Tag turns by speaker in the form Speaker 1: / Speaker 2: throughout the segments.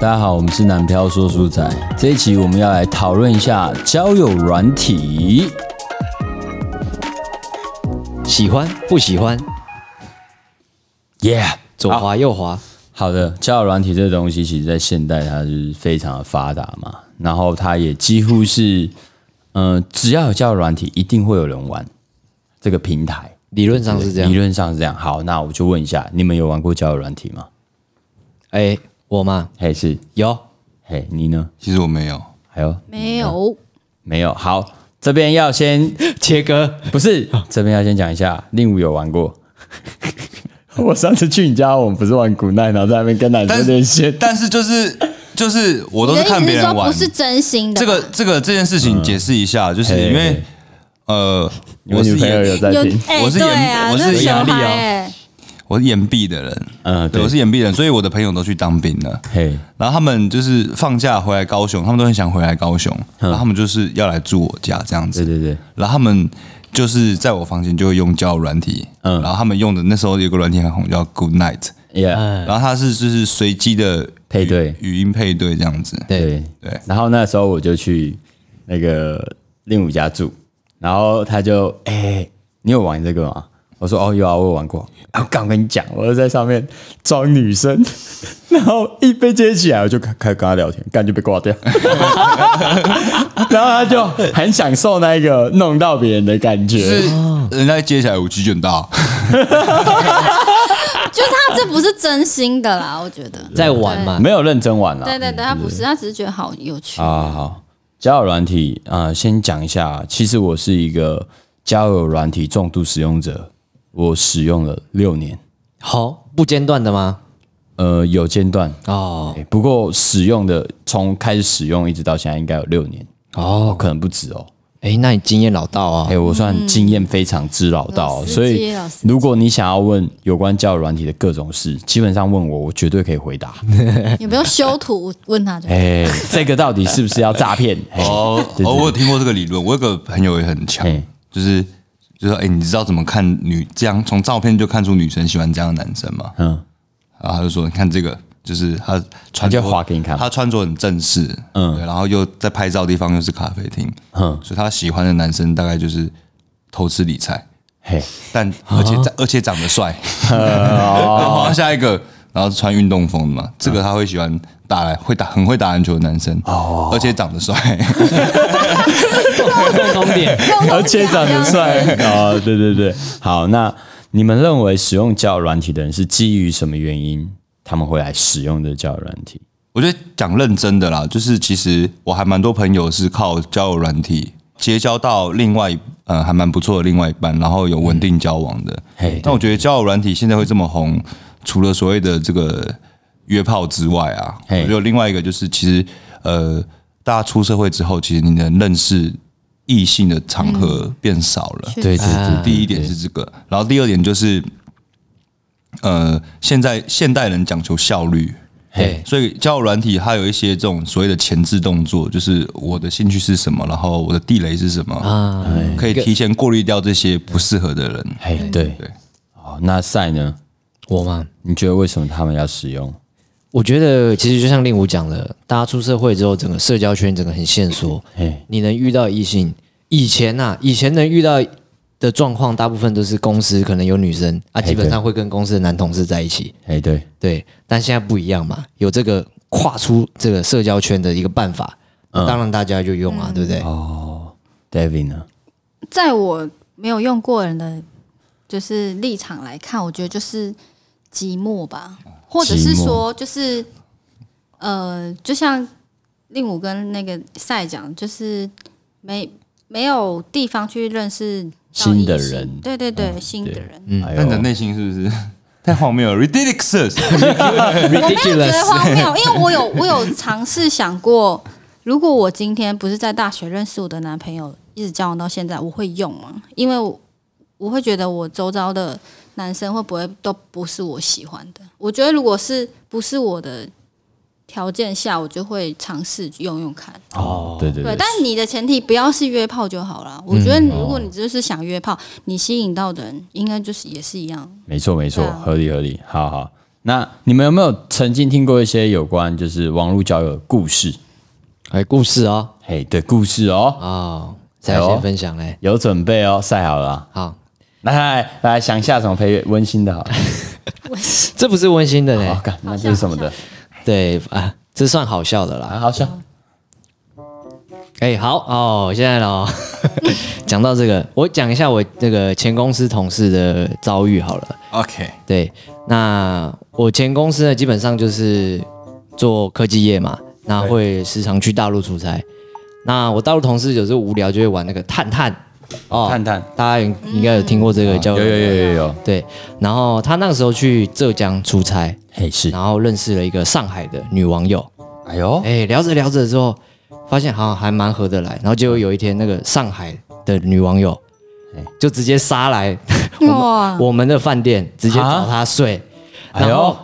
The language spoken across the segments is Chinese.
Speaker 1: 大家好，我们是南漂说书仔。这一期我们要来讨论一下交友软体。
Speaker 2: 喜欢不喜欢，
Speaker 1: Yeah，
Speaker 2: 左滑右滑，
Speaker 1: 好的，交友软体这个东西，其实在现代它是非常的发达嘛，然后它也几乎是，嗯、只要有交友软体，一定会有人玩这个平台。
Speaker 2: 理论上是这样
Speaker 1: 理。论上是这样。好，那我就问一下，你们有玩过交友软体吗？
Speaker 2: 哎，我嘛
Speaker 1: 嘿，是，
Speaker 2: 有，
Speaker 1: 嘿，你呢？
Speaker 3: 其实我没有，
Speaker 1: 还有
Speaker 4: 没有，
Speaker 1: 没有？好，这边要先
Speaker 2: 切割
Speaker 1: 不是，这边要先讲一下，令武有玩过。 我上次去你家，我们不是玩古奈，然后在那边跟男
Speaker 3: 但
Speaker 1: 生连线。
Speaker 3: 但是就是就是我
Speaker 4: 你
Speaker 3: 都
Speaker 4: 的
Speaker 3: 是
Speaker 4: 意思
Speaker 3: 看别
Speaker 4: 是说
Speaker 3: 人玩
Speaker 4: 不。是真心的
Speaker 3: 这
Speaker 4: 吧？
Speaker 3: 个这个这件事情解释一下，就是
Speaker 1: 嘿
Speaker 3: 因为
Speaker 1: 嗯嘿
Speaker 3: 呃，
Speaker 1: 我
Speaker 3: 我是
Speaker 1: 女朋友有
Speaker 3: 眼
Speaker 1: 在听
Speaker 4: 有，哎，
Speaker 3: 我是
Speaker 4: 对
Speaker 3: 眼
Speaker 4: 啊，
Speaker 3: 我是
Speaker 4: 那小
Speaker 3: 压力
Speaker 4: 孩
Speaker 3: 啊
Speaker 4: 哎
Speaker 3: 我是眼闭的人，
Speaker 1: 嗯
Speaker 3: 对，
Speaker 1: 对
Speaker 3: 我是眼闭人，所以我的朋友都去当兵了。
Speaker 1: 嘿，
Speaker 3: 然后他们就是放假回来高雄，他们都很想回来高雄，然后他们就是要来住我家这样
Speaker 1: 嗯对
Speaker 3: 子。
Speaker 1: 对对，
Speaker 3: 然后他们就是在我房间就会用交友软体，
Speaker 1: 嗯
Speaker 3: 然后他们用的那时候有个软体很红叫 Good Night，
Speaker 1: yeah，
Speaker 3: 然后它是就是随机的
Speaker 1: 嗯配对
Speaker 3: 语音配对这样子，
Speaker 1: 对
Speaker 3: 对
Speaker 1: 然后那时候我就去那个令武家住，然后他就哎、你有玩这个吗？我说哦有啊，我有玩过。然后刚跟你讲，我就在上面装女生， 然后一被接起来，我就开开始跟他聊天，干就被挂掉。 然后他就很享受那个弄到别人的感觉，
Speaker 3: 就是
Speaker 1: 哦
Speaker 3: 人家接起来武器就很大，
Speaker 4: 就是他这不是真心的啦，我觉 得。
Speaker 2: 在玩嘛，
Speaker 1: 没有认真
Speaker 3: 啊
Speaker 1: 玩了、
Speaker 4: 对对对，他不是，他只是觉得好有趣。
Speaker 1: 啊，好，交友软体啊、呃先讲一下，其实我是一个交友软体重度使用者，我使用了六年，
Speaker 2: 好不间断的吗？
Speaker 1: 呃，有间断，
Speaker 2: 哦
Speaker 1: 诶不过使用的从开始使用一直到现在应该有六年，
Speaker 2: 哦，
Speaker 1: 可能不止哦。
Speaker 2: 哎，那你经验老道啊
Speaker 1: 哎、，我算经验非常之老道哦，
Speaker 2: 嗯
Speaker 4: 老司机
Speaker 1: 所以
Speaker 4: 老司机
Speaker 1: 如果你想要问有关交友软体的各种事，基本上问我，我绝对可以回 答。
Speaker 4: 有没有修图？问他就 好。
Speaker 1: 哎、 这个到底是不是要诈骗？嘿
Speaker 3: 哦
Speaker 1: 对
Speaker 3: 哦，我有听过这个理论，我有个朋友也很强
Speaker 1: 嘿，
Speaker 3: 就是就说，哎、你知道怎么看女这样从照片就看出女生喜欢这样的男生吗？
Speaker 1: 嗯，
Speaker 3: 然后他就说，你看这个，就是他
Speaker 1: 他
Speaker 3: 穿
Speaker 1: 就
Speaker 3: 着
Speaker 1: 划给你看
Speaker 3: 他穿着很正式，嗯，然后又在拍照的地方又是咖啡厅，
Speaker 1: 嗯
Speaker 3: 嗯，所以他喜欢的男生大概就是投资理财，
Speaker 1: 嘿，
Speaker 3: 但而且、而且长得帅，然后 下一个，然后是穿运动风的嘛，这个他会喜欢打来会打很会打篮球的男生，哦，而且长得帅，
Speaker 2: 共同点
Speaker 1: 而且长得帅 啊、对对对，好，那你们认为使用交友软体的人是基于什么原因他们会来使用这交友软体？
Speaker 3: 我觉得讲认真的啦，就是其实我还蛮多朋友是靠交友软体结交到另外一呃还蛮不错的另外一半，然后有稳定交往的。
Speaker 1: 嘿
Speaker 3: 那我觉得交友软体现在会这么红，除了所谓的这个约炮之外啊，我
Speaker 1: 嘿
Speaker 3: 觉得另外一个就是其实呃大家出社会之后，其实你能认识异性的场合变少了。
Speaker 1: 对对嗯对，
Speaker 3: 第一点是这个，然后第二点就是，呃，现在现代人讲求效率，
Speaker 2: 嘿
Speaker 3: 所以交友软体它有一些这种所谓的前置动作，就是我的兴趣是什么，然后我的地雷是什 么，
Speaker 2: 啊，
Speaker 3: 可以提前过滤掉这些不适合的人。
Speaker 1: 嘿对
Speaker 3: 对，
Speaker 1: 好，那赛呢？
Speaker 2: 我嘛，
Speaker 1: 你觉得为什么他们要使用？
Speaker 2: 我觉得其实就像令武讲的，大家出社会之后，整个社交圈整个很限缩
Speaker 1: 嘿，
Speaker 2: 你能遇到异性，以前呐、以前能遇到。的状况大部分都是公司可能有女生
Speaker 1: 哎
Speaker 2: 啊，基本上会跟公司的男同事在一起。
Speaker 1: 嘿，对，
Speaker 2: 对，但现在不一样嘛，有这个跨出这个社交圈的一个办法，
Speaker 1: 嗯
Speaker 2: 那当然大家就用啊，对不对？
Speaker 1: 哦，David 呢？
Speaker 4: 在我没有用过人的就是立场来看，我觉得就是寂寞吧，
Speaker 1: 哦
Speaker 4: 或者是说就是呃，就像令武跟那个赛讲，就是没没有地方去认识到
Speaker 1: 新的
Speaker 4: 异性
Speaker 1: 人
Speaker 4: 对对对，新的人。
Speaker 1: 嗯，
Speaker 3: 那你的内心是不是 太荒谬了？Ridiculous！
Speaker 4: 我 没有觉得荒谬，因为我有我有尝试想过，如果我今天不是在大学认识我的男朋友，一直交往到现在，我会用吗？因为我我会觉得我周遭的男生会不会都不是我喜欢的？我觉得如果是不是我的条件下，我就会尝试用用看。
Speaker 1: 哦，对对
Speaker 4: 对，
Speaker 1: 对，
Speaker 4: 但你的前提不要是约炮就好了。我觉得
Speaker 2: 嗯
Speaker 4: 如果你就是想约炮，你吸引到的人应该就是也是一样。
Speaker 1: 没错没错
Speaker 4: 对，啊
Speaker 1: 合理合理，好好。那你们有没有曾经听过一些有关就是网络交友的故事？
Speaker 2: 哎，故事哦，
Speaker 1: 嘿，对，故事哦，
Speaker 2: 哦，才要
Speaker 1: 哎呦
Speaker 2: 先分享嘞。
Speaker 1: 有准备哦，晒好了啊、
Speaker 2: 好，
Speaker 1: 来来来来，想一下什么配乐，温馨的好了。
Speaker 2: 这不是温馨的
Speaker 1: 好
Speaker 2: 嘞，
Speaker 1: 看，那这是什么的？
Speaker 2: 对啊，这算好笑的啦。
Speaker 1: 啊，好笑。
Speaker 2: 哎，好哦，现在了 哦，讲到这个，我讲一下我这个前公司同事的遭遇好了。
Speaker 3: OK，
Speaker 2: 对，那我前公司呢，基本上就是做科技业嘛，那会时常去大陆出差。那我大陆同事有时候无聊就会玩那个探探，哦
Speaker 1: 探探
Speaker 2: 大家应应该有听过这个叫、
Speaker 1: 嗯哦有有有有有，
Speaker 2: 对。然后他那个时候去浙江出差，
Speaker 1: 嘿是，
Speaker 2: 然后认识了一个上海的女网友，
Speaker 1: 哎呦，
Speaker 2: 哎，聊着聊着之后，发现好像还蛮合得来，然后结果有一天那个上海的女网友，
Speaker 1: 哎
Speaker 2: 就直接杀来
Speaker 4: 哇，
Speaker 2: 我们的饭店直接
Speaker 1: 啊
Speaker 2: 找他睡，
Speaker 1: 哎呦
Speaker 2: 然后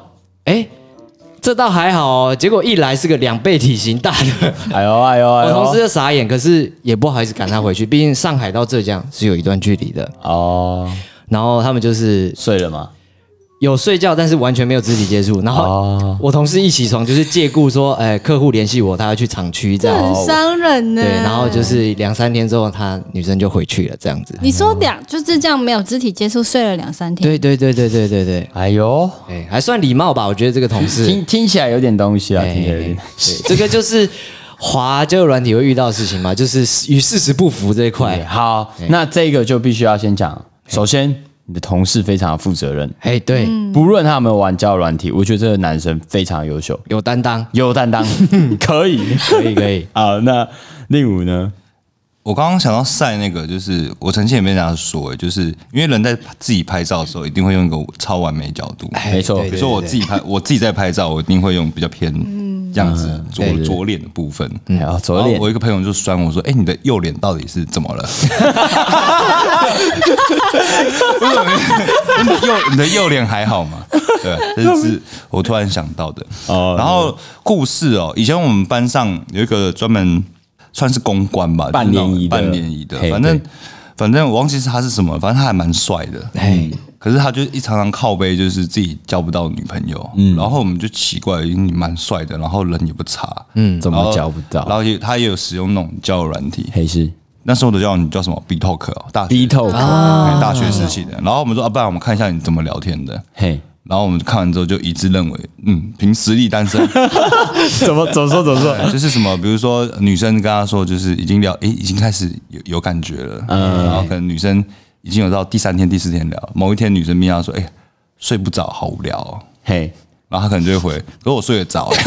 Speaker 2: 哎、这倒还好哦，结果一来是个两倍体型大的，
Speaker 1: 哎呦哎呦哎
Speaker 2: 我同事
Speaker 1: 呦，
Speaker 2: 就傻眼，可是也不好意思赶他回去，毕竟上海到浙江是有一段距离的。
Speaker 1: 哦，
Speaker 2: 然后他们就是
Speaker 1: 睡了吗？
Speaker 2: 有睡觉，但是完全没有肢体接触。然后
Speaker 1: 哦
Speaker 2: 我同事一起床就是借故说，哎、客户联系我，他要去厂区这
Speaker 4: 这
Speaker 2: 样。哦
Speaker 4: 很伤欸人呢。
Speaker 2: 对，然后就是两三天之后，他女生就回去了，这样子。
Speaker 4: 你说两就是这样没有肢体接触，睡了两三天，
Speaker 2: 对对对对对对对，
Speaker 1: 哎呦，
Speaker 2: 哎，还算礼貌吧，我觉得这个同事。
Speaker 1: 听听起来有点东西啊，
Speaker 2: 哎
Speaker 1: 听起来有点。
Speaker 2: 对这个就是滑交友软体会遇到的事情嘛，就是与事实不符这一
Speaker 1: 对啊
Speaker 2: 块。
Speaker 1: 哎好，那这个就必须要先讲。首先，你的同事非常负责任，
Speaker 2: 哎，对，
Speaker 4: 嗯
Speaker 1: 不论他有没有玩交友软体，我觉得这个男生非常优秀，
Speaker 2: 有担当，
Speaker 1: 有担当， 可以。
Speaker 2: 可以可以。
Speaker 1: 好，那令武呢？
Speaker 3: 我刚刚想到晒那个，就是我曾经也被人家说，就是因为人在自己拍照的时候，一定会用一个超完美角度。
Speaker 2: 哎
Speaker 1: 没错
Speaker 2: 对
Speaker 3: 比如
Speaker 2: 对
Speaker 3: 说我自己拍，我自己在拍照，我一定会用比较偏这样子左
Speaker 1: 对对
Speaker 3: 左脸的部分。
Speaker 1: 哎呦，左
Speaker 3: 然后
Speaker 1: 脸
Speaker 3: 哦我有一个朋友就酸我说：“哎、你的右脸到底是怎么了？” 我说 你的右你的右脸还好吗？对，这是我突然想到的。
Speaker 1: 哦
Speaker 3: 然后故事哦，以前我们班上有一个专门算是公关吧，
Speaker 1: 办联谊的
Speaker 3: 办联谊的
Speaker 1: 嘿，
Speaker 3: 反正
Speaker 1: 对
Speaker 3: 反正我忘记是他是什么，反正他还蛮帅的。嗯
Speaker 2: 哎，
Speaker 3: 可是他就一常常靠背，就是自己交不到女朋友，
Speaker 1: 嗯
Speaker 3: 然后我们就奇怪，你蛮帅的，然后人也不差，嗯，
Speaker 1: 怎么交不到
Speaker 3: 然后也他也有使用那种交友软体，
Speaker 1: 黑是
Speaker 3: 那时候的交友你叫什么 B Talk 哦，大
Speaker 1: B
Speaker 3: 学
Speaker 1: talk，、
Speaker 3: 哎大学时期的，然后我们说啊，不然我们看一下你怎么聊天的，
Speaker 1: 嘿，
Speaker 3: 然后我们看完之后就一致认为，嗯，凭实力 单身，
Speaker 1: 怎么怎么说怎么说？
Speaker 3: 对就是什么，比如说女生跟他说，就是已经聊，诶，已经开始有有感觉了，
Speaker 1: 嗯
Speaker 3: 然后可能女生已经有到第三天、第四天聊，某一天女生密他说，哎、睡不着，好无聊、哦。
Speaker 1: 嘿，
Speaker 3: 然后他可能就会回，可是我睡得着、欸。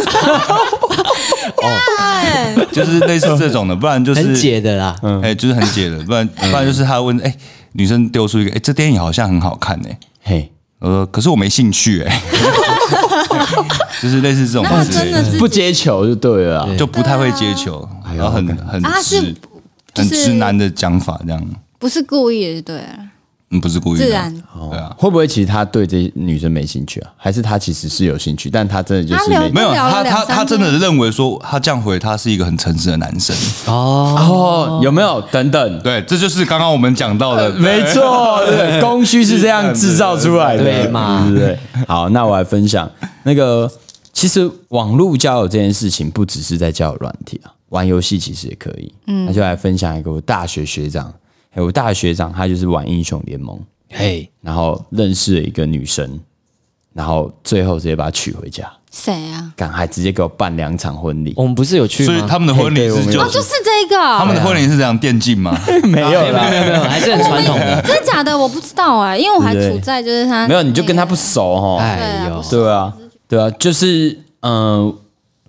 Speaker 3: 哦，就是类似这种的，不然就是
Speaker 2: 很解的啦。
Speaker 1: 嗯
Speaker 3: 哎、就是很解的，不然不然就是他问，哎、女生丢出一个，哎、这电影好像很好看哎、
Speaker 1: 嘿，
Speaker 3: 我说可是我没兴趣哎、 就是类似这种
Speaker 4: 那
Speaker 3: 之类
Speaker 4: 真的是
Speaker 1: 不接球就对了啊啦。
Speaker 3: 就不太会接球，然后
Speaker 1: 哎
Speaker 3: 很很
Speaker 4: 啊是
Speaker 3: 直、
Speaker 4: 就
Speaker 3: 很
Speaker 4: 是
Speaker 3: 直男的讲法这样，
Speaker 4: 不是故意的，对了，
Speaker 3: 嗯，不是故意的，
Speaker 4: 自然。
Speaker 3: 对啊。
Speaker 1: 哦会不会其实他对这女生没兴趣啊？还是他其实是有兴趣，但他真的就是
Speaker 4: 他
Speaker 1: 没
Speaker 4: 聊
Speaker 3: 没有，
Speaker 4: 聊了
Speaker 3: 他
Speaker 4: 两
Speaker 3: 他
Speaker 4: 三
Speaker 3: 他真
Speaker 4: 天
Speaker 3: 的认为说他这样回他是一个很诚实的男 生，
Speaker 2: 哦，
Speaker 1: 哦，有没有？等等，
Speaker 3: 对，这就是刚刚我们讲到的，
Speaker 1: 呃没错，对供需是这样制造出来的，
Speaker 2: 对嘛
Speaker 1: 对不对？好，那我来分享那个，其实网络交友这件事情不只是在交友软体啊，玩游戏其实也可以。嗯，那就来分享一个我大学学长，哎，我大学学长他就是玩英雄联盟，
Speaker 2: 嘿，
Speaker 1: 然后认识了一个女生，然后最后直接把她娶回家，
Speaker 4: 谁啊？
Speaker 1: 敢还直接给我办两场婚礼，
Speaker 2: 我们不是有去
Speaker 3: 所以
Speaker 2: 吗？
Speaker 3: 他们的婚礼
Speaker 1: 嘿对我
Speaker 3: 是
Speaker 1: 们啊
Speaker 3: 就
Speaker 4: 哦，就是这个，
Speaker 3: 他们的婚礼是这样电竞吗？
Speaker 1: 没有啦，
Speaker 2: 没有没有，还是很传统的。
Speaker 4: 真的假的？我不知道哎，因为我还
Speaker 1: 对不
Speaker 4: 处
Speaker 1: 对
Speaker 4: 在就是他
Speaker 1: 没有你就跟他不熟哈，
Speaker 2: 哎
Speaker 4: 对啊
Speaker 2: 呦
Speaker 4: 不，是
Speaker 1: 对啊，对啊，就是嗯、呃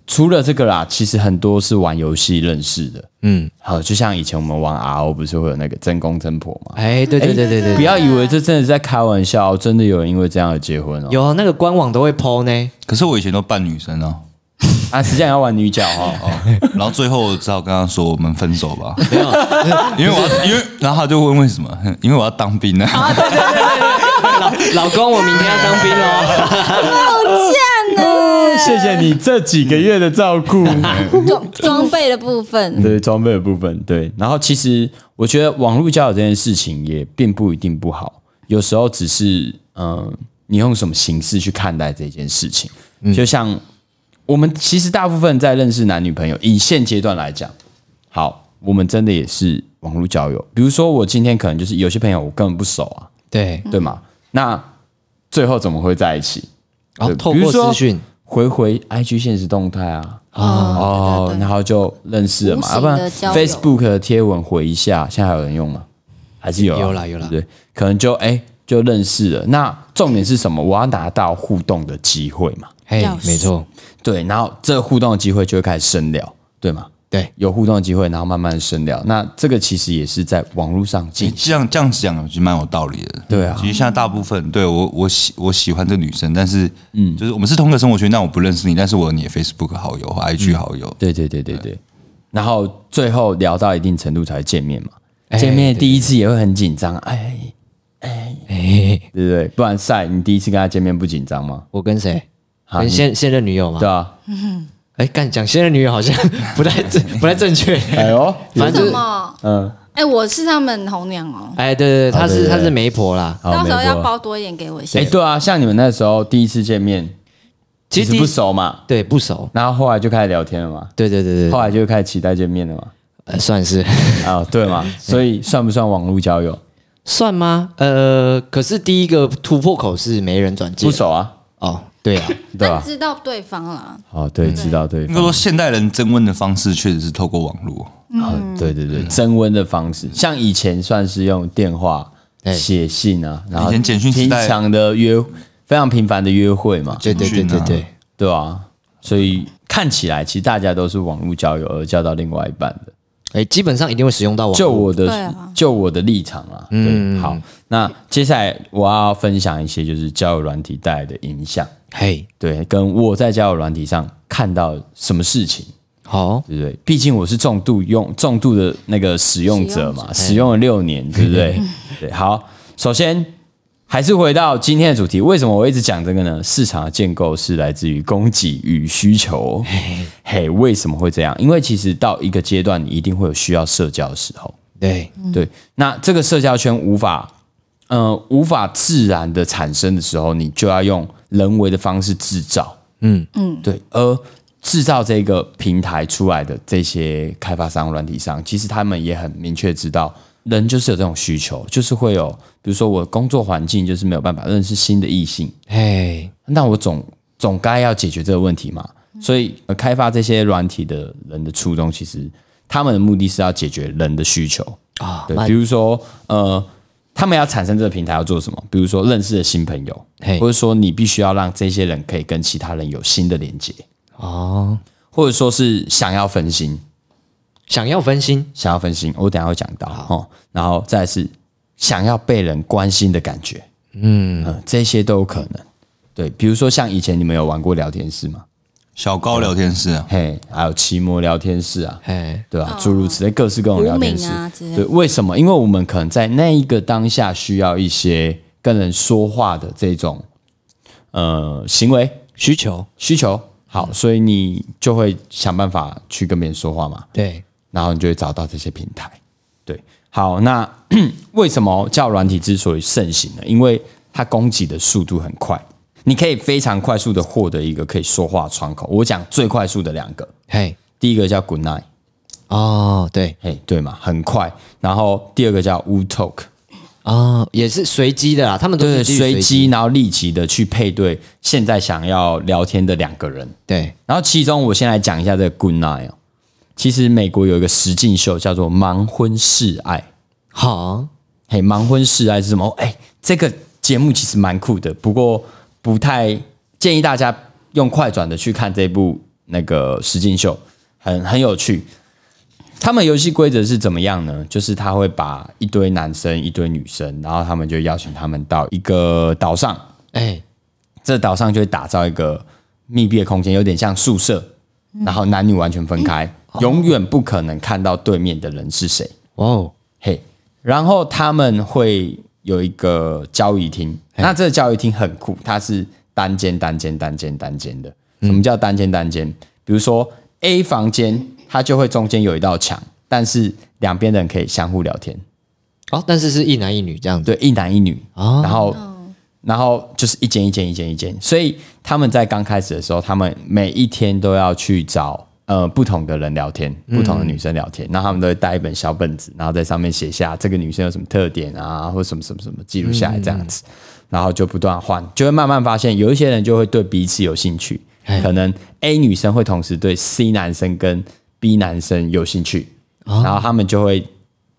Speaker 1: 除了这个啦，其实很多是玩游戏认识的，嗯，好，就像以前我们玩 RO 不是会有那个真公真婆嘛，
Speaker 2: 哎，对对对对对
Speaker 1: 不
Speaker 2: 对，
Speaker 1: 要以为这真的是在开玩笑，真的有人因为这样而结婚哦，
Speaker 2: 有那个官网都会 PO 呢。
Speaker 3: 可是我以前都扮女生哦，
Speaker 1: 啊，实际上要玩女角哦，
Speaker 3: 然后最后我只好跟他说我们分 手吧， 因为我要因为然后他就问为什么， 哼因为我要当兵呢、啊。
Speaker 2: 老公，我明天要当兵 哦。
Speaker 1: 谢谢你这几个月的照 顾。
Speaker 4: 装装备的部分，
Speaker 1: 对装备的部分，对。然后其实我觉得网络交友这件事情也并不一定不好，有时候只是嗯、呃你用什么形式去看待这件事情。就像我们其实大部分在认识男女朋友，以现阶段来讲，好，我们真的也是网络交友。比如说我今天可能就是有些朋友我根本不熟啊，
Speaker 2: 对，
Speaker 1: 对吗？那最后怎么会在一起？
Speaker 2: 然
Speaker 1: 对
Speaker 2: 后哦透
Speaker 1: 比如
Speaker 2: 过
Speaker 1: 说
Speaker 2: 资讯，
Speaker 1: 回回 IG 现实动态啊，
Speaker 4: 哦
Speaker 1: 哦，然后就认识了嘛，
Speaker 4: 无
Speaker 1: 要不
Speaker 4: 形的
Speaker 1: 然
Speaker 4: 交友
Speaker 1: Facebook 的贴文回一下，现在还有人用吗？还是有啊
Speaker 2: 有啦有啦
Speaker 1: 对不对，可能就哎、就认识了。那重点是什么？我要拿到互动的机会嘛，
Speaker 2: 嘿
Speaker 4: 钥，匙
Speaker 2: 没错，
Speaker 1: 对，然后这互动的机会就会开始深聊，对吗？
Speaker 2: 对，
Speaker 1: 有互动的机会，然后慢慢深聊。那这个其实也是在网络上进行，
Speaker 3: 这样这样讲其实蛮有道理的。
Speaker 1: 对啊
Speaker 3: 其实现在大部分对我我喜我喜欢这女生，但是嗯，就是我们是同个生活圈，但我不认识你，但是我有你的 Facebook 好友、和
Speaker 2: 嗯
Speaker 3: IG 好友，
Speaker 1: 对对对对对。然后最后聊到一定程度才会见面嘛，
Speaker 2: 哎
Speaker 1: 见面
Speaker 2: 对
Speaker 1: 第一次也会很紧张，哎，
Speaker 2: 哎，
Speaker 1: 对不对？不然晒，你第一次跟他见面不紧张吗？
Speaker 2: 我跟谁？
Speaker 1: 啊
Speaker 2: 跟
Speaker 1: 你
Speaker 2: 现现任女友嘛
Speaker 1: 对， 啊，
Speaker 2: 哎，干讲现任女友好像 不太正，不太正确。
Speaker 1: 哎呦，
Speaker 2: 反正
Speaker 4: 什
Speaker 2: 就是，
Speaker 4: 么？
Speaker 1: 嗯，
Speaker 4: 哎，我是他们红娘哦，
Speaker 2: 哎，对对对，她
Speaker 1: 对
Speaker 2: 是
Speaker 1: 对
Speaker 2: 她是
Speaker 1: 对
Speaker 2: 媒婆啦。
Speaker 1: 好，
Speaker 4: 到时候
Speaker 1: 没
Speaker 4: 要
Speaker 1: 哦错。
Speaker 4: 包多一点给我一些
Speaker 1: 哎，。对啊，像你们那时候第一次见面，其
Speaker 2: 其实
Speaker 1: 实
Speaker 2: 第一
Speaker 1: 不熟嘛，
Speaker 2: 对，不熟。
Speaker 1: 然后后来就开始聊天了嘛，
Speaker 2: 对对对对
Speaker 1: 后来就开始期待见面 了嘛，
Speaker 2: 呃，算是
Speaker 1: 啊，对嘛，所以算不算网络交友？
Speaker 2: 算吗？呃，可是第一个突破口是没人转介
Speaker 1: 不熟啊，
Speaker 2: 哦，对啊，
Speaker 1: 对
Speaker 4: 但
Speaker 1: 吧？
Speaker 4: 知道对方啊了，
Speaker 1: 哦，对，
Speaker 2: 嗯
Speaker 1: 知道对
Speaker 3: 应该
Speaker 1: 方，
Speaker 3: 说现代人征婚的方式确实是透过网络，
Speaker 4: 嗯
Speaker 1: 啊对对
Speaker 3: 嗯
Speaker 1: 对，升温的方式，像以前算是用电话、
Speaker 2: 对
Speaker 1: 写信啊，然后
Speaker 3: 以前简讯时
Speaker 1: 平
Speaker 3: 代
Speaker 1: 常的约，非常频繁的约会嘛，
Speaker 2: 对对对对
Speaker 3: 简
Speaker 2: 对
Speaker 3: 讯，
Speaker 1: 对啊，所以看起来其实大家都是网络交友而交到另外一半的。
Speaker 2: 哎，基本上一定会使用到网
Speaker 1: 就
Speaker 2: 络。
Speaker 1: 我的、
Speaker 4: 对啊
Speaker 1: 就我的立场啊，对，
Speaker 3: 嗯
Speaker 1: 好，那接下来我要分享一些就是交友软体带来的影响，
Speaker 2: 嘿，
Speaker 1: 对，跟我在交友软体上看到什么事情，
Speaker 2: 好，
Speaker 1: 对不对？毕竟我是重度用重度的那个使用者哎嘛，
Speaker 2: 使用者
Speaker 1: 使用了六年，对不 对？对，好，首先。还是回到今天的主题，为什么我一直讲这个呢？市场的建构是来自于供给与需求。嘿，为什么会这样？因为其实到一个阶段，你一定会有需要社交的时候。
Speaker 2: 对，
Speaker 1: 对，那这个社交圈无法，呃，无法自然的产生的时候，你就要用人为的方式制造。
Speaker 2: 嗯
Speaker 1: 嗯，对，而制造这个平台出来的这些开发商、软体商，其实他们也很明确知道，人就是有这种需求，就是会有，比如说我工作环境就是没有办法认识新的异性，
Speaker 2: 嘿，
Speaker 1: 那我总总该要解决这个问题嘛。所以、呃开发这些软体的人的初衷，其实他们的目的是要解决人的需求。
Speaker 2: 啊，
Speaker 1: 对，
Speaker 2: 慢
Speaker 1: 比如说呃，他们要产生这个平台要做什么？比如说认识的新朋友，
Speaker 2: 嘿
Speaker 1: 或者说你必须要让这些人可以跟其他人有新的连接，
Speaker 2: 哦，
Speaker 1: 或者说是想要分心，
Speaker 2: 想要分心，
Speaker 1: 想要分心，我等一下会讲到哦。然后再来是想要被人关心的感觉，嗯、这些都有可能。对，比如说像以前你们有玩过聊天室吗？
Speaker 3: 小高聊天室啊，
Speaker 1: 嘿，还有奇摩聊天室啊，
Speaker 2: 嘿，
Speaker 1: 对啊，诸如此类各式各种聊天室、
Speaker 4: 哦无名啊之类的
Speaker 1: 对，为什么？因为我们可能在那一个当下需要一些跟人说话的这种呃行为
Speaker 2: 需求，嗯
Speaker 1: 需求。好，所以你就会想办法去跟别人说话嘛，
Speaker 2: 对，
Speaker 1: 然后你就会找到这些平台。对，好，那 为什么叫软体之所以盛行呢？因为它供给的速度很快，你可以非常快速的获得一个可以说话的窗口。我讲最快速的两个，
Speaker 2: 嘿，
Speaker 1: 第一个叫 Good Night。
Speaker 2: 哦，对，
Speaker 1: 嘿，对嘛，很快。然后第二个叫 Wu Talk，
Speaker 2: 哦，也是随机的啦，他们都
Speaker 1: 就是
Speaker 2: 是
Speaker 1: 随机，，然后立即的去配对现在想要聊天的两个人。
Speaker 2: 对，
Speaker 1: 然后其中我先来讲一下这个 Good Night 哦。其实美国有一个实境秀叫做《盲婚试爱》，
Speaker 2: 好，
Speaker 1: 嘿，盲婚试爱是什么？哦哎、这个节目其实蛮酷的，不过不太建议大家用快转的去看这部那个实境秀，很很有趣。他们游戏规则是怎么样呢？就是他会把一堆男生、一堆女生，然后他们就邀请他们到一个岛上，
Speaker 2: 哎，
Speaker 1: 这岛上就会打造一个密闭的空间，有点像宿舍，然后男女完全分开，永远不可能看到对面的人是谁。
Speaker 2: 哇哦，
Speaker 1: 嘿，然后他们会有一个交易厅，那这个交易厅很酷，它是单间、单间、单间、单间的。什么叫单间？单间，比如说 A 房间，它就会中间有一道墙，但是两边的人可以相互聊天，
Speaker 2: 哦，但是是一男一女这样子，
Speaker 1: 对，一男一女，
Speaker 2: 哦
Speaker 1: 然后然后就是一间一间一间一间，所以他们在刚开始的时候，他们每一天都要去找呃不同的人聊天，不同的女生聊天，然后他们都会带一本小本子，然后在上面写下这个女生有什么特点啊，或什么什么什么记录下来这样子，然后就不断换，就会慢慢发现有一些人就会对彼此有兴趣，可能 A 女生会同时对 C 男生跟 B 男生有兴趣，然后他们就会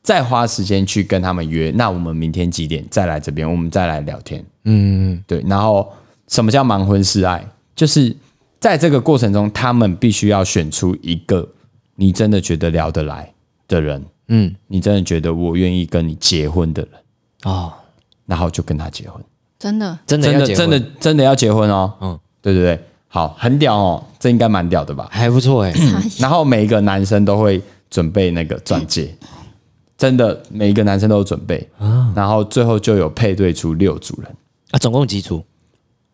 Speaker 1: 再花时间去跟他们约，那我们明天几点再来这边，我们再来聊天。
Speaker 2: 嗯
Speaker 1: 对，然后什么叫盲婚试爱？就是在这个过程中，他们必须要选出一个你真的觉得聊得来的人，嗯，你真的觉得我愿意跟你结婚的人，
Speaker 2: 哦，
Speaker 1: 然后就跟他结婚。
Speaker 4: 真的，
Speaker 2: 真的
Speaker 1: 真
Speaker 2: 要
Speaker 1: 的
Speaker 2: 结婚
Speaker 1: 真的真的要结婚哦，
Speaker 2: 嗯
Speaker 1: 嗯，对对对，好，很屌哦，这应该蛮屌的吧？
Speaker 2: 还不错哎、
Speaker 1: 然后每一个男生都会准备那个钻戒，真的每一个男生都有准备，然后最后就有配对出六组人，
Speaker 2: 啊，总共几组？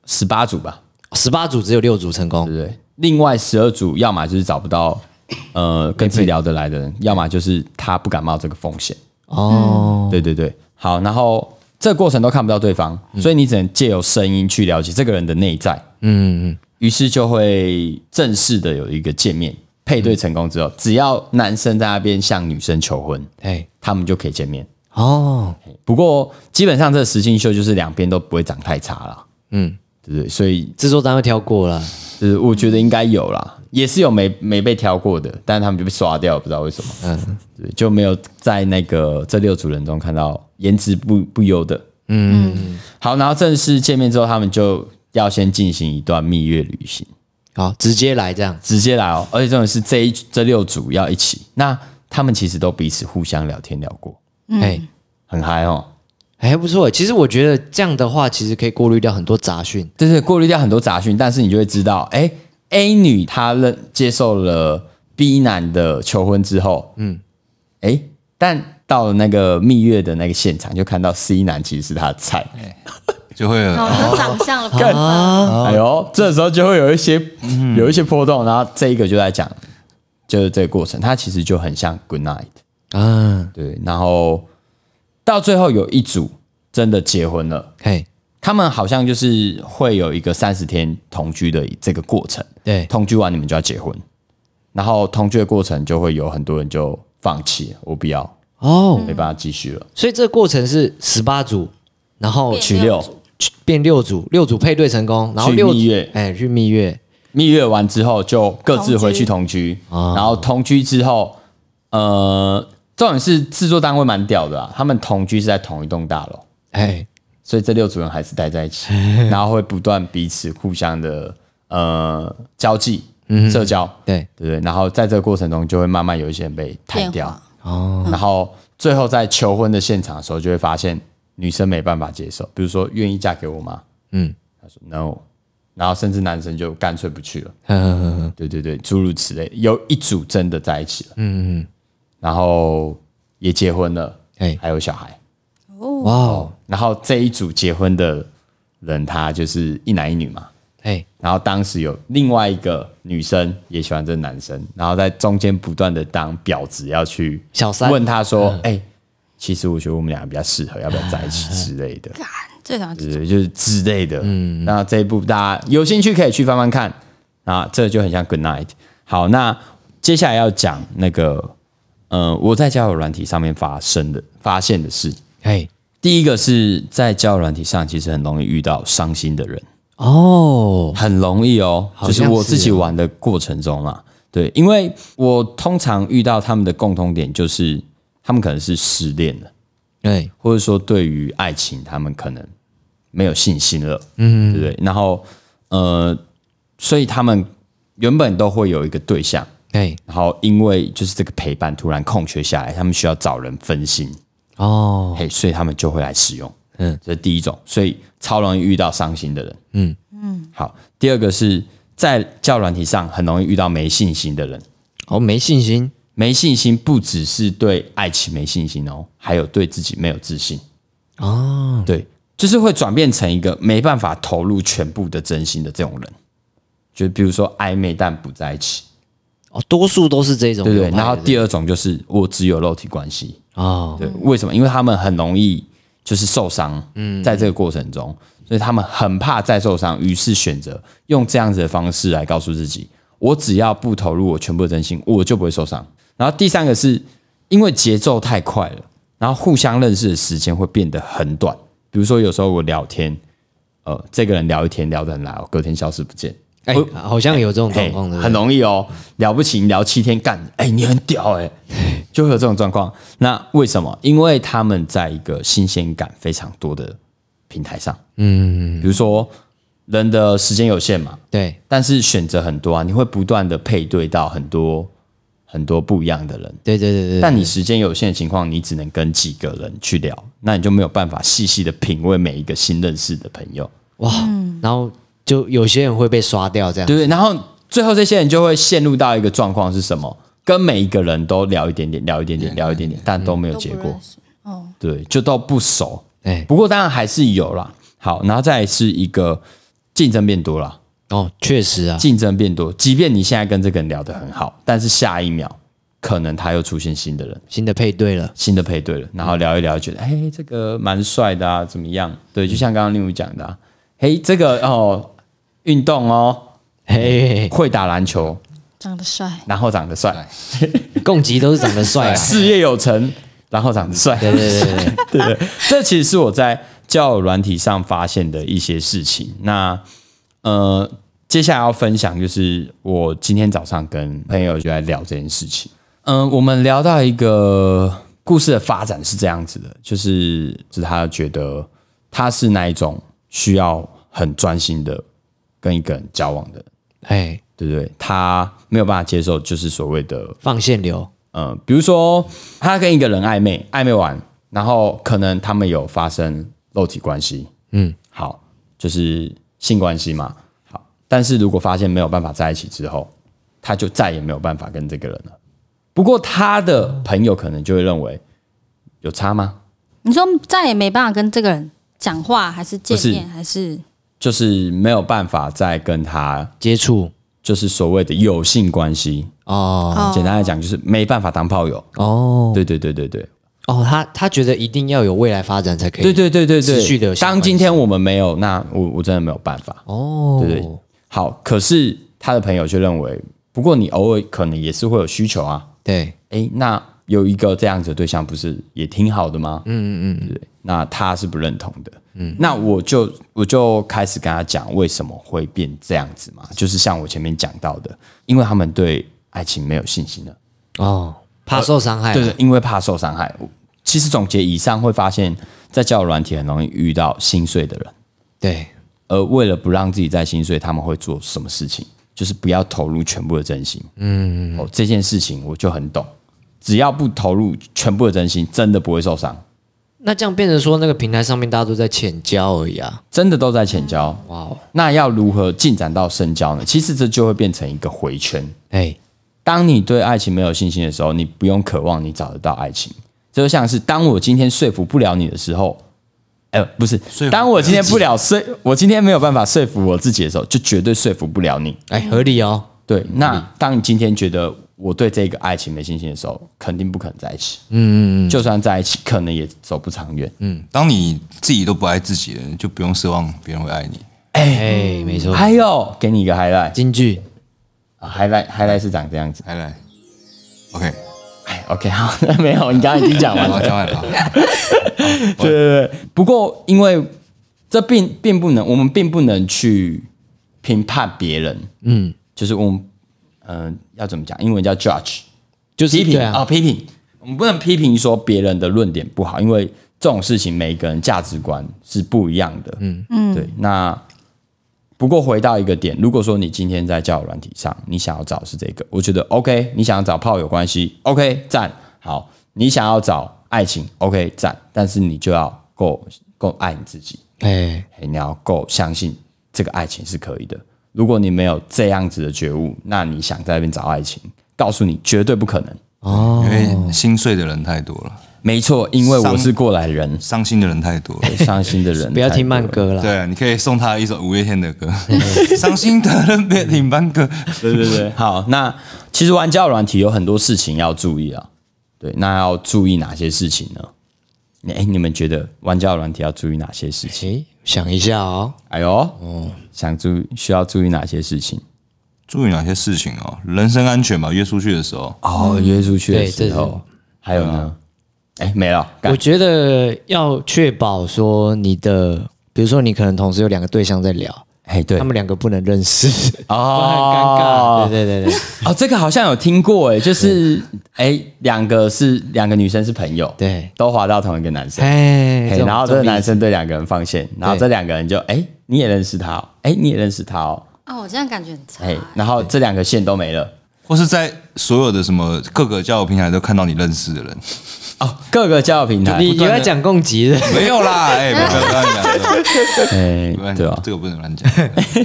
Speaker 1: 十八组吧，
Speaker 2: 十八组只有六组成功
Speaker 1: 对不对？另外十二组，要么就是找不到呃跟自己聊得来的人，要么就是他不敢冒这个风险。
Speaker 2: 哦，
Speaker 1: 对对对，好，然后这个过程都看不到对方，所以你只能借由声音去了解这个人的内在。嗯嗯，于是就会正式的有一个见面，配对成功之后，只要男生在那边向女生求婚，
Speaker 2: 哎、
Speaker 1: 他们就可以见面。
Speaker 2: 哦，
Speaker 1: 不过基本上这个实境秀就是两边都不会长太差啦。嗯，对对，所以
Speaker 2: 制作单位挑过了，
Speaker 1: 就是我觉得应该有啦，也是有没没被挑过的，但是他们就被刷掉，不知道为什么。嗯，对，就没有在那个这六组人中看到颜值不不优的。嗯，好，然后正式见面之后，他们就要先进行一段蜜月旅行，
Speaker 2: 好，哦直接来这样，
Speaker 1: 直接来哦。而且重点是这一这六组要一起，那他们其实都彼此互相聊天聊过，
Speaker 2: 哎、
Speaker 1: 很嗨哦。
Speaker 2: 还不错哎、其实我觉得这样的话，其实可以过滤掉很多杂讯。
Speaker 1: 对对，过滤掉很多杂讯，但是你就会知道，哎，A 女她认接受了 B 男的求婚之后，嗯，哎，但到了那个蜜月的那个现场，就看到 C 男其实是他的菜，
Speaker 3: 就会有
Speaker 1: 哦
Speaker 4: 好，有哦长相了吧，
Speaker 1: 哎呦，这时候就会有一些、 有一些波动，然后这一个就在讲，就是这个过程，它其实就很像 Good Night，
Speaker 2: 啊，
Speaker 1: 对，然后到最后有一组真的结婚了。
Speaker 2: 嘿，
Speaker 1: 他们好像就是会有一个三十天同居的这个过程，
Speaker 2: 对，
Speaker 1: 同居完你们就要结婚，然后同居的过程就会有很多人就放弃，我不要，
Speaker 2: 哦，
Speaker 1: 没办法继续了。
Speaker 2: 所以这个过程是十八组，然后
Speaker 4: 变
Speaker 1: 取
Speaker 4: 六
Speaker 1: 六
Speaker 2: 变六组，六组配对成功，然后
Speaker 1: 去
Speaker 2: 六组
Speaker 1: 蜜月
Speaker 2: 哎、去蜜月，
Speaker 1: 蜜月完之后就各自回去同居，
Speaker 2: 哦
Speaker 1: 然后同居之后，呃，重点是制作单位蛮屌的、啊，他们同居是在同一栋大楼，
Speaker 2: 哎、
Speaker 1: 所以这六组人还是待在一起，然后会不断彼此互相的呃交际、社交，
Speaker 2: 对，
Speaker 1: 对不对？然后在这个过程中，就会慢慢有一些人被抬
Speaker 4: 变
Speaker 1: 掉
Speaker 4: 化，
Speaker 2: 哦，
Speaker 1: 然后最后在求婚的现场的时候，就会发现女生没办法接受，比如说愿意嫁给我吗？
Speaker 2: 嗯，
Speaker 1: 她说 no，然后甚至男生就干脆不去了，
Speaker 2: 呵呵呵呵
Speaker 1: 对对对，诸如此类。有一组真的在一起了，嗯嗯，然后也结婚了，
Speaker 2: 哎
Speaker 1: 还有小孩，
Speaker 2: 哇哦，
Speaker 1: 然后这一组结婚的人，他就是一男一女嘛，
Speaker 2: 哎，
Speaker 1: 然后当时有另外一个女生也喜欢这男生，然后在中间不断的当婊子，要去
Speaker 2: 小三
Speaker 1: 问他说：“哎、其实我觉得我们俩比较适合，要不要在一起之类的，
Speaker 4: 最长
Speaker 1: 对，就是之类的。”嗯，那这一部大家有兴趣可以去翻翻看啊，这就很像《Good Night》。好，那接下来要讲那个，呃，我在交友软体上面发生的发现的事。
Speaker 2: 哎，
Speaker 1: 第一个是在交友软体上，其实很容易遇到伤心的人。
Speaker 2: 哦，
Speaker 1: 很容易哦，
Speaker 2: 好
Speaker 1: 就是
Speaker 2: 像是
Speaker 1: 我自己
Speaker 2: 哦
Speaker 1: 玩的过程中啦。对，因为我通常遇到他们的共通点就是，他们可能是失恋了，
Speaker 2: 哎，
Speaker 1: 或者说对于爱情他们可能没有信心了，嗯，对不对？然后呃，所以他们原本都会有一个对象，
Speaker 2: 哎，
Speaker 1: 然后因为就是这个陪伴突然空缺下来，他们需要找人分心，
Speaker 2: 哦，
Speaker 1: 嘿，所以他们就会来使用。
Speaker 2: 嗯
Speaker 1: 嗯，这是第一种，所以超容易遇到伤心的人。
Speaker 2: 嗯
Speaker 1: 嗯嗯，好。第二个是在教软体上很容易遇到没信心的人。
Speaker 2: 哦，没信心，
Speaker 1: 没信心不只是对爱情没信心哦，还有对自己没有自信。
Speaker 2: 哦，
Speaker 1: 对，就是会转变成一个没办法投入全部的真心的这种人。就比如说暧昧但不在一起，
Speaker 2: 哦，多数都是这种
Speaker 1: 对
Speaker 2: 流
Speaker 1: 不
Speaker 2: 派的，
Speaker 1: 对？然后第
Speaker 2: 二，
Speaker 1: 二种就是我只有肉体关系，
Speaker 2: 哦，
Speaker 1: 对，为什么？因为他们很容易就是受伤，在这个过程中，所以他们很怕再受伤，于是选择用这样子的方式来告诉自己：我只要不投入我全部的真心，我就不会受伤。然后第三个是因为节奏太快了，然后互相认识的时间会变得很短。比如说有时候我聊天，呃，这个人聊一天聊得很来，我隔天消失不见，
Speaker 2: 哎、好像有这种状
Speaker 1: 嘿
Speaker 2: 况的，
Speaker 1: 哎很容易哦。了不起，你聊七天干，哎、你很屌 哎、就会有这种状况。那为什么？因为他们在一个新鲜感非常多的平台上，嗯，比如说人的时间有限嘛，
Speaker 2: 对，
Speaker 1: 但是选择很多啊，你会不断的配对到很多很多不一样的人。
Speaker 2: 对对对对，
Speaker 1: 但你时间有限的情况，你只能跟几个人去聊，那你就没有办法细细的品味每一个新认识的朋友。
Speaker 2: 哇，然后就有些人会被刷掉这样，
Speaker 1: 对不对？然后最后这些人就会陷入到一个状况是什么？跟每一个人都聊一点点，聊一点点，聊一点点，但都没有
Speaker 4: 都
Speaker 1: 结
Speaker 4: 不
Speaker 1: 果
Speaker 4: 认，识哦，
Speaker 1: 对，就都不熟。
Speaker 2: 哎、
Speaker 1: 不过当然还是有啦。好，然后再来是一个竞争变多了，
Speaker 2: 哦，确实啊，
Speaker 1: 竞争变多。即便你现在跟这个人聊得很好，但是下一秒可能他又出现新的人、
Speaker 2: 新的配对了，
Speaker 1: 新的配对了，然后聊一聊，觉得哎、
Speaker 4: 嗯
Speaker 1: 这个蛮帅的啊，怎么样？对，就像刚刚令武讲的、啊，嘿，这个哦，运动哦，
Speaker 2: 嘿嘿
Speaker 1: 会打篮球，
Speaker 4: 长得帅，
Speaker 1: 然后长得帅，
Speaker 2: 嘿，共吉都是长得帅啊，
Speaker 1: 事业有成，然后长得哎帅。
Speaker 2: 对对对对对，
Speaker 1: 对 对，这其实是我在交友软体上发现的一些事情。那呃，接下来要分享就是我今天早上跟朋友就在聊这件事情。嗯、我们聊到一个故事的发展是这样子的，就是就是他觉得他是那一种需要很专心的跟一个人交往的，
Speaker 2: 哎，
Speaker 1: 对不对？他没有办法接受就是所谓的
Speaker 2: 放线流，
Speaker 1: 呃，比如说他跟一个人暧昧，暧昧完，然后可能他们有发生肉体关系，嗯，好，就是性关系嘛，好，但是如果发现没有办法在一起之后，他就再也没有办法跟这个人了。不过他的朋友可能就会认为有差吗？
Speaker 4: 你说再也没办法跟这个人讲话，还是见面，还是
Speaker 1: 就是没有办法再跟他，
Speaker 2: 接触
Speaker 1: 就是所谓的有性关系。
Speaker 2: 哦
Speaker 1: 简单来讲，就是没办法当炮友。
Speaker 2: 哦
Speaker 1: 对对对对对，
Speaker 2: 哦，他他觉得一定要有未来发展才可以，
Speaker 1: 对对对对对，
Speaker 2: 持续地有性
Speaker 1: 当
Speaker 2: 关
Speaker 1: 今
Speaker 2: 系
Speaker 1: 天我们没有，那我我真的没有办法。
Speaker 2: 哦，
Speaker 1: 对对好，可是他的朋友却认为，不过你偶尔可能也是会有需求啊。
Speaker 2: 对
Speaker 1: 诶，那有一个这样子的对象，不是也挺好的吗？嗯嗯嗯，对。那他是不认同的。嗯，那我就我就开始跟他讲为什么会变这样子嘛，就是像我前面讲到的，因为他们对爱情没有信心了。
Speaker 2: 哦，怕受伤害，
Speaker 1: 对对，因为怕受伤害。我其实总结以上会发现，在交友软体很容易遇到心碎的人。
Speaker 2: 对
Speaker 1: 而为了不让自己再心碎，他们会做什么事情？就是不要投入全部的真心。嗯，哦，这件事情我就很懂。只要不投入全部的真心，真的不会受伤，
Speaker 2: 那这样变成说那个平台上面大家都在浅交而已啊，
Speaker 1: 真的都在浅交。
Speaker 2: 哇哦，
Speaker 1: 那要如何进展到深交呢？其实这就会变成一个回圈。
Speaker 2: 哎
Speaker 1: 当你对爱情没有信心的时候，你不用渴望你找得到爱情。这就像是当我今天说服不了你的时候，呃，不是
Speaker 3: 说，服
Speaker 1: 当我今天不了说，我今天没有办法说服我自己的时候，就绝对说服不了你。
Speaker 2: 哎，合理哦，
Speaker 1: 对，那当你今天觉得我对这个爱情没信心的时候，肯定不可能在一起。嗯嗯就算在一起，可能也走不长远。嗯，
Speaker 3: 当你自己都不爱自己了，就不用奢望别人会爱你。
Speaker 2: 哎，没错，
Speaker 1: 还有，给你一个 highlight，highlight
Speaker 2: 京剧
Speaker 1: highlight, highlight 是长这样子。
Speaker 3: 来来，OK，
Speaker 1: 哎，OK，好， 那没有，你刚刚已经讲完
Speaker 3: 好，
Speaker 1: 了。
Speaker 3: 讲完了。
Speaker 1: 对对对。不过，因为这并并不能，我们并不能去评判别人。嗯，就是我们，嗯、要怎么讲？英文叫 judge。
Speaker 2: 就是
Speaker 1: 批评
Speaker 2: 对
Speaker 1: 哦，
Speaker 2: 啊，
Speaker 1: 批评，我们不能批评说别人的论点不好，因为这种事情每一个人价值观是不一样的。嗯嗯，对。那不过回到一个点，如果说你今天在交友软体上，你想要找的是这个，我觉得 OK，你想要找炮友关系，OK，赞，好，你想要找爱情，OK，赞，但是你就要够够爱你自己。
Speaker 2: 哎
Speaker 1: 嘿你要够相信这个爱情是可以的。如果你没有这样子的觉悟，那你想在那边找爱情，告诉你绝对不可能。
Speaker 2: 哦
Speaker 3: 因为心碎的人太多了，
Speaker 1: 没错，因为我是过来人，
Speaker 3: 伤心的人太多了。
Speaker 1: 伤心 的人
Speaker 2: 不要听慢
Speaker 1: 太多了。
Speaker 2: 歌了，
Speaker 3: 对，啊你可以送他一首五月天的歌，
Speaker 1: 哎
Speaker 3: 《 伤心的人别听慢歌》。
Speaker 1: 对对 对，好，那其实玩交友软体有很多事情要注意啊。对，那要注意哪些事情呢？哎、你们觉得玩交友软体要注意哪些事情？
Speaker 2: 哎，想一下哦，
Speaker 1: 哎呦，想注需要注意哪些事情？
Speaker 3: 注意哪些事情哦？人身安全吧，约出去的时候，
Speaker 1: 哦，约出去的
Speaker 2: 对这
Speaker 1: 时
Speaker 2: 是
Speaker 1: 候，还有呢？哎，没了，干
Speaker 2: 我觉得要确保说你的，比如说你可能同时有两个对象在聊，
Speaker 1: 哎，对
Speaker 2: 他，们两个不能认识， 不然很
Speaker 1: 哦
Speaker 2: 尴尬。对对对对
Speaker 1: 哦，这个好像有听过哎，就是哎，两个是两个女生是朋友，，
Speaker 2: 对，
Speaker 1: 都滑到同一个男生，嘿
Speaker 2: 哎这种
Speaker 1: 然后这个
Speaker 2: 种
Speaker 1: 男生对两个人放线，然后这两个人就哎，你也认识他哦，哎，你也认识他哦，
Speaker 4: 啊，我这样感觉很差欸
Speaker 1: 哎，，然后这两个线都没了。
Speaker 3: 或是在所有的什么各个交友平台都看到你认识的人，
Speaker 1: 哦，各个交友平台，
Speaker 2: 你你要讲共级 的，
Speaker 3: 没有啦，哎，不要不要乱讲，
Speaker 1: 哎
Speaker 3: 不要乱讲，
Speaker 1: 对吧？
Speaker 3: 这个不能乱讲。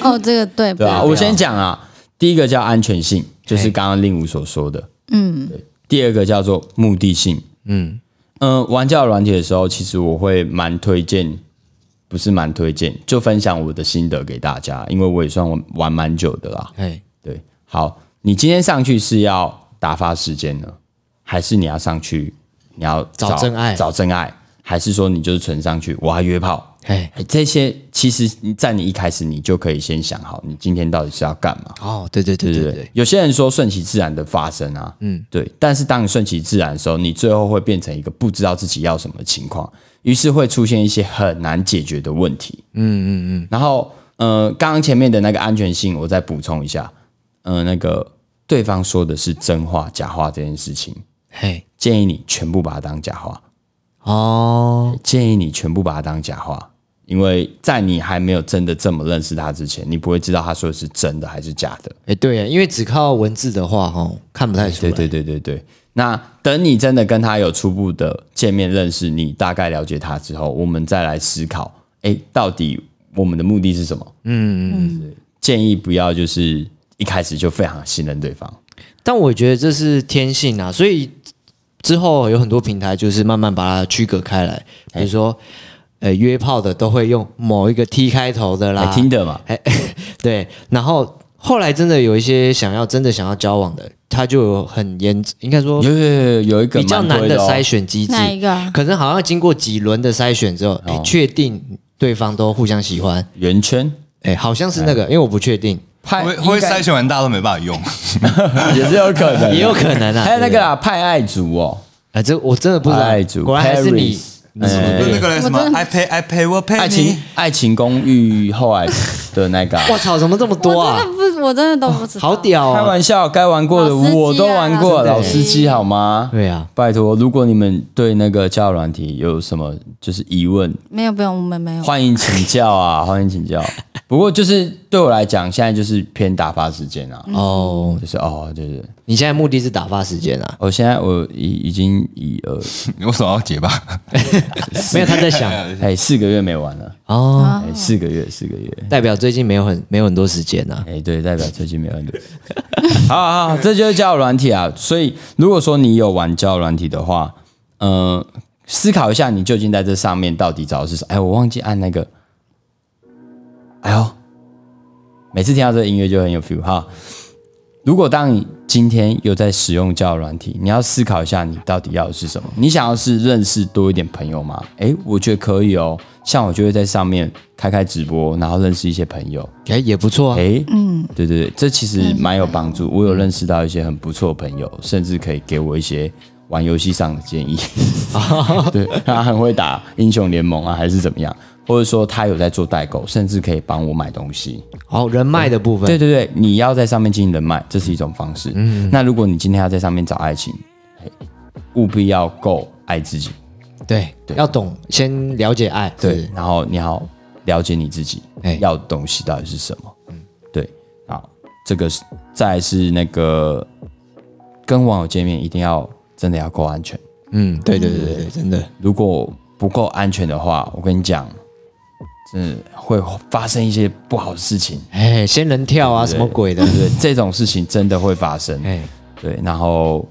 Speaker 4: 哦，这个对，
Speaker 1: 对啊，
Speaker 4: 不要
Speaker 1: 我先讲啊，第一个叫安全性，就是刚刚令武所说的，
Speaker 4: 嗯，
Speaker 1: 第二个叫做目的性。
Speaker 2: 嗯，
Speaker 1: 嗯、玩交友软体的时候，其实我会蛮推荐，不是蛮推荐，就分享我的心得给大家，因为我也算玩玩蛮久的啦。
Speaker 2: 哎，
Speaker 1: 对，好，你今天上去是要打发时间呢，还是你要上去你要
Speaker 2: 找真爱
Speaker 1: 找真爱，还是说你就是纯上去我还约炮？
Speaker 2: 哎，
Speaker 1: 哎这些其实你在你一开始你就可以先想好，你今天到底是要干嘛。
Speaker 2: 哦，对对对
Speaker 1: 对
Speaker 2: 对
Speaker 1: 对
Speaker 2: 对，
Speaker 1: 有些人说顺其自然的发生啊，嗯，对。但是当你顺其自然的时候，你最后会变成一个不知道自己要什么的情况，于是会出现一些很难解决的问题。嗯嗯嗯。然后，呃，刚刚前面的那个安全性，我再补充一下，呃，那个对方说的是真话假话这件事情，
Speaker 2: 嘿，
Speaker 1: 建议你全部把它当假话，
Speaker 2: 哦，
Speaker 1: 建议你全部把它当假话。因为在你还没有真的这么认识他之前，你不会知道他说的是真的还是假的。
Speaker 2: 哎，对耶，因为只靠文字的话，哦，看不太出
Speaker 1: 对
Speaker 2: 来，
Speaker 1: 对对对对。那等你真的跟他有初步的见面认识，你大概了解他之后，我们再来思考，哎，到底我们的目的是什么？嗯嗯嗯。建议不要就是一开始就非常信任对方。
Speaker 2: 但我觉得这是天性啊，所以之后有很多平台就是慢慢把它区隔开来，
Speaker 1: 哎
Speaker 2: 比如说。呃，约炮的都会用某一个 T 开头的啦，
Speaker 1: 哎，听的嘛，
Speaker 2: 哎， 对，然后后来真的有一些想要真的想要交往的，他就有很严，应该说
Speaker 1: 有有有有有一个
Speaker 2: 比较
Speaker 1: 蛮
Speaker 2: 难
Speaker 1: 推
Speaker 2: 的
Speaker 1: 哦
Speaker 2: 筛选机制。
Speaker 4: 哪一个啊？
Speaker 2: 可能好像经过几轮的筛选之后，哎、确定对方都互相喜欢，
Speaker 1: 圆圈
Speaker 2: 哎、好像是那个，因为我不确定，
Speaker 1: 派
Speaker 3: 会会
Speaker 1: 应该
Speaker 3: 筛选完大家都没办法用，
Speaker 1: 也是有可能，
Speaker 2: 也有可能啊。
Speaker 1: 还有那
Speaker 2: 对
Speaker 1: 个啊，派爱族哦，
Speaker 2: 哎、这我真的不知
Speaker 1: 派爱族，
Speaker 2: 道，果然还是你
Speaker 1: Paris，
Speaker 2: 你是
Speaker 1: 哎
Speaker 2: 不
Speaker 3: 就是那个人什么 I pay I pay 我
Speaker 1: 爱
Speaker 3: pay
Speaker 1: 情
Speaker 3: 哎你，
Speaker 1: 爱情公寓后来的那 个啊，
Speaker 2: 我操，怎么这么多
Speaker 4: 我
Speaker 2: 啊？
Speaker 4: 真的不，我真的都不知道。
Speaker 2: 好屌
Speaker 1: 开
Speaker 2: 啊！
Speaker 1: 玩笑，该玩过的
Speaker 4: 老司机啊
Speaker 1: 我都玩过，老
Speaker 2: 老
Speaker 1: 司
Speaker 4: 司机
Speaker 1: 机好吗？
Speaker 2: 对啊，
Speaker 1: 拜托，如果你们对那个交友软体有什么就是疑问，
Speaker 4: 没有没有，我们没有。
Speaker 1: 欢迎请教啊，欢迎请教。不过就是对我来讲，现在就是偏打发时间啊，
Speaker 2: 哦，
Speaker 1: 就是哦，对对，对
Speaker 2: 你现在目的是打发时间啊？
Speaker 1: 我现在我已已呃经一二
Speaker 3: 你为什么要结巴？
Speaker 2: 没有，他 在想
Speaker 1: 哎四个月没玩了，
Speaker 2: 哦，
Speaker 1: 哎四个月四个月，
Speaker 2: 代表最近没有很没有很多时间啊。
Speaker 1: 哎对，代表最近没玩的。好好好，这就是交友软体啊。所以如果说你有玩交友软体的话，呃，思考一下你究竟在这上面到底找的是什么。哎，我忘记按那个，哎呦，每次听到这个音乐就很有 feel 哈。如果当你今天有在使用交友软体，你要思考一下你到底要的是什么。你想要是认识多一点朋友吗？哎，我觉得可以哦。像我就会在上面开开直播，然后认识一些朋友。
Speaker 2: 哎、也不错啊。
Speaker 1: 哎，嗯，对对对，这其实蛮有帮助。我有认识到一些很不错的朋友，甚至可以给我一些玩游戏上的建 议。对，他很会打英雄联盟啊，还是怎么样？或者说他有在做代购，甚至可以帮我买东西。
Speaker 2: 好、人脉的部分，
Speaker 1: 对对嗯对，你要在上面经营人脉，这是一种方式。那如果你今天要在上面找爱情，哎务必要够爱自己，
Speaker 2: 对要懂，先了解爱。是不
Speaker 1: 对
Speaker 2: 是，，
Speaker 1: 然后你要了解你自己
Speaker 2: 哎
Speaker 1: 要的东西到底是什么。嗯，对，好，这个是再来是那个跟网友见面一定要真的要够安全，
Speaker 2: 嗯，对对对对对，真的。
Speaker 1: 如果不够安全的话，我跟你讲，真的会发生一些不好的事情。
Speaker 2: 哎，仙人跳啊，什么鬼的？
Speaker 1: 对，这种事情真的会发生。
Speaker 2: 哎，
Speaker 1: 对，然后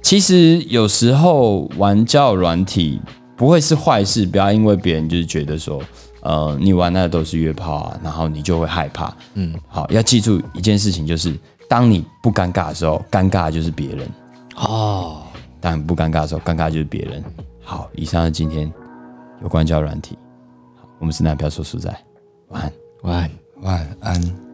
Speaker 1: 其实有时候玩交友软体不会是坏事，不要因为别人就是觉得说，呃，你玩那都是约炮啊，然后你就会害怕。嗯，好，要记住一件事情，就是当你不尴尬的时候，尴尬的就是别人；
Speaker 2: 哦，
Speaker 1: 当你不尴尬的时候，尴尬就是别人。好，以上是今天有关交友软体。好我们是男票说书仔，晚安。
Speaker 2: 晚安。
Speaker 3: 晚安。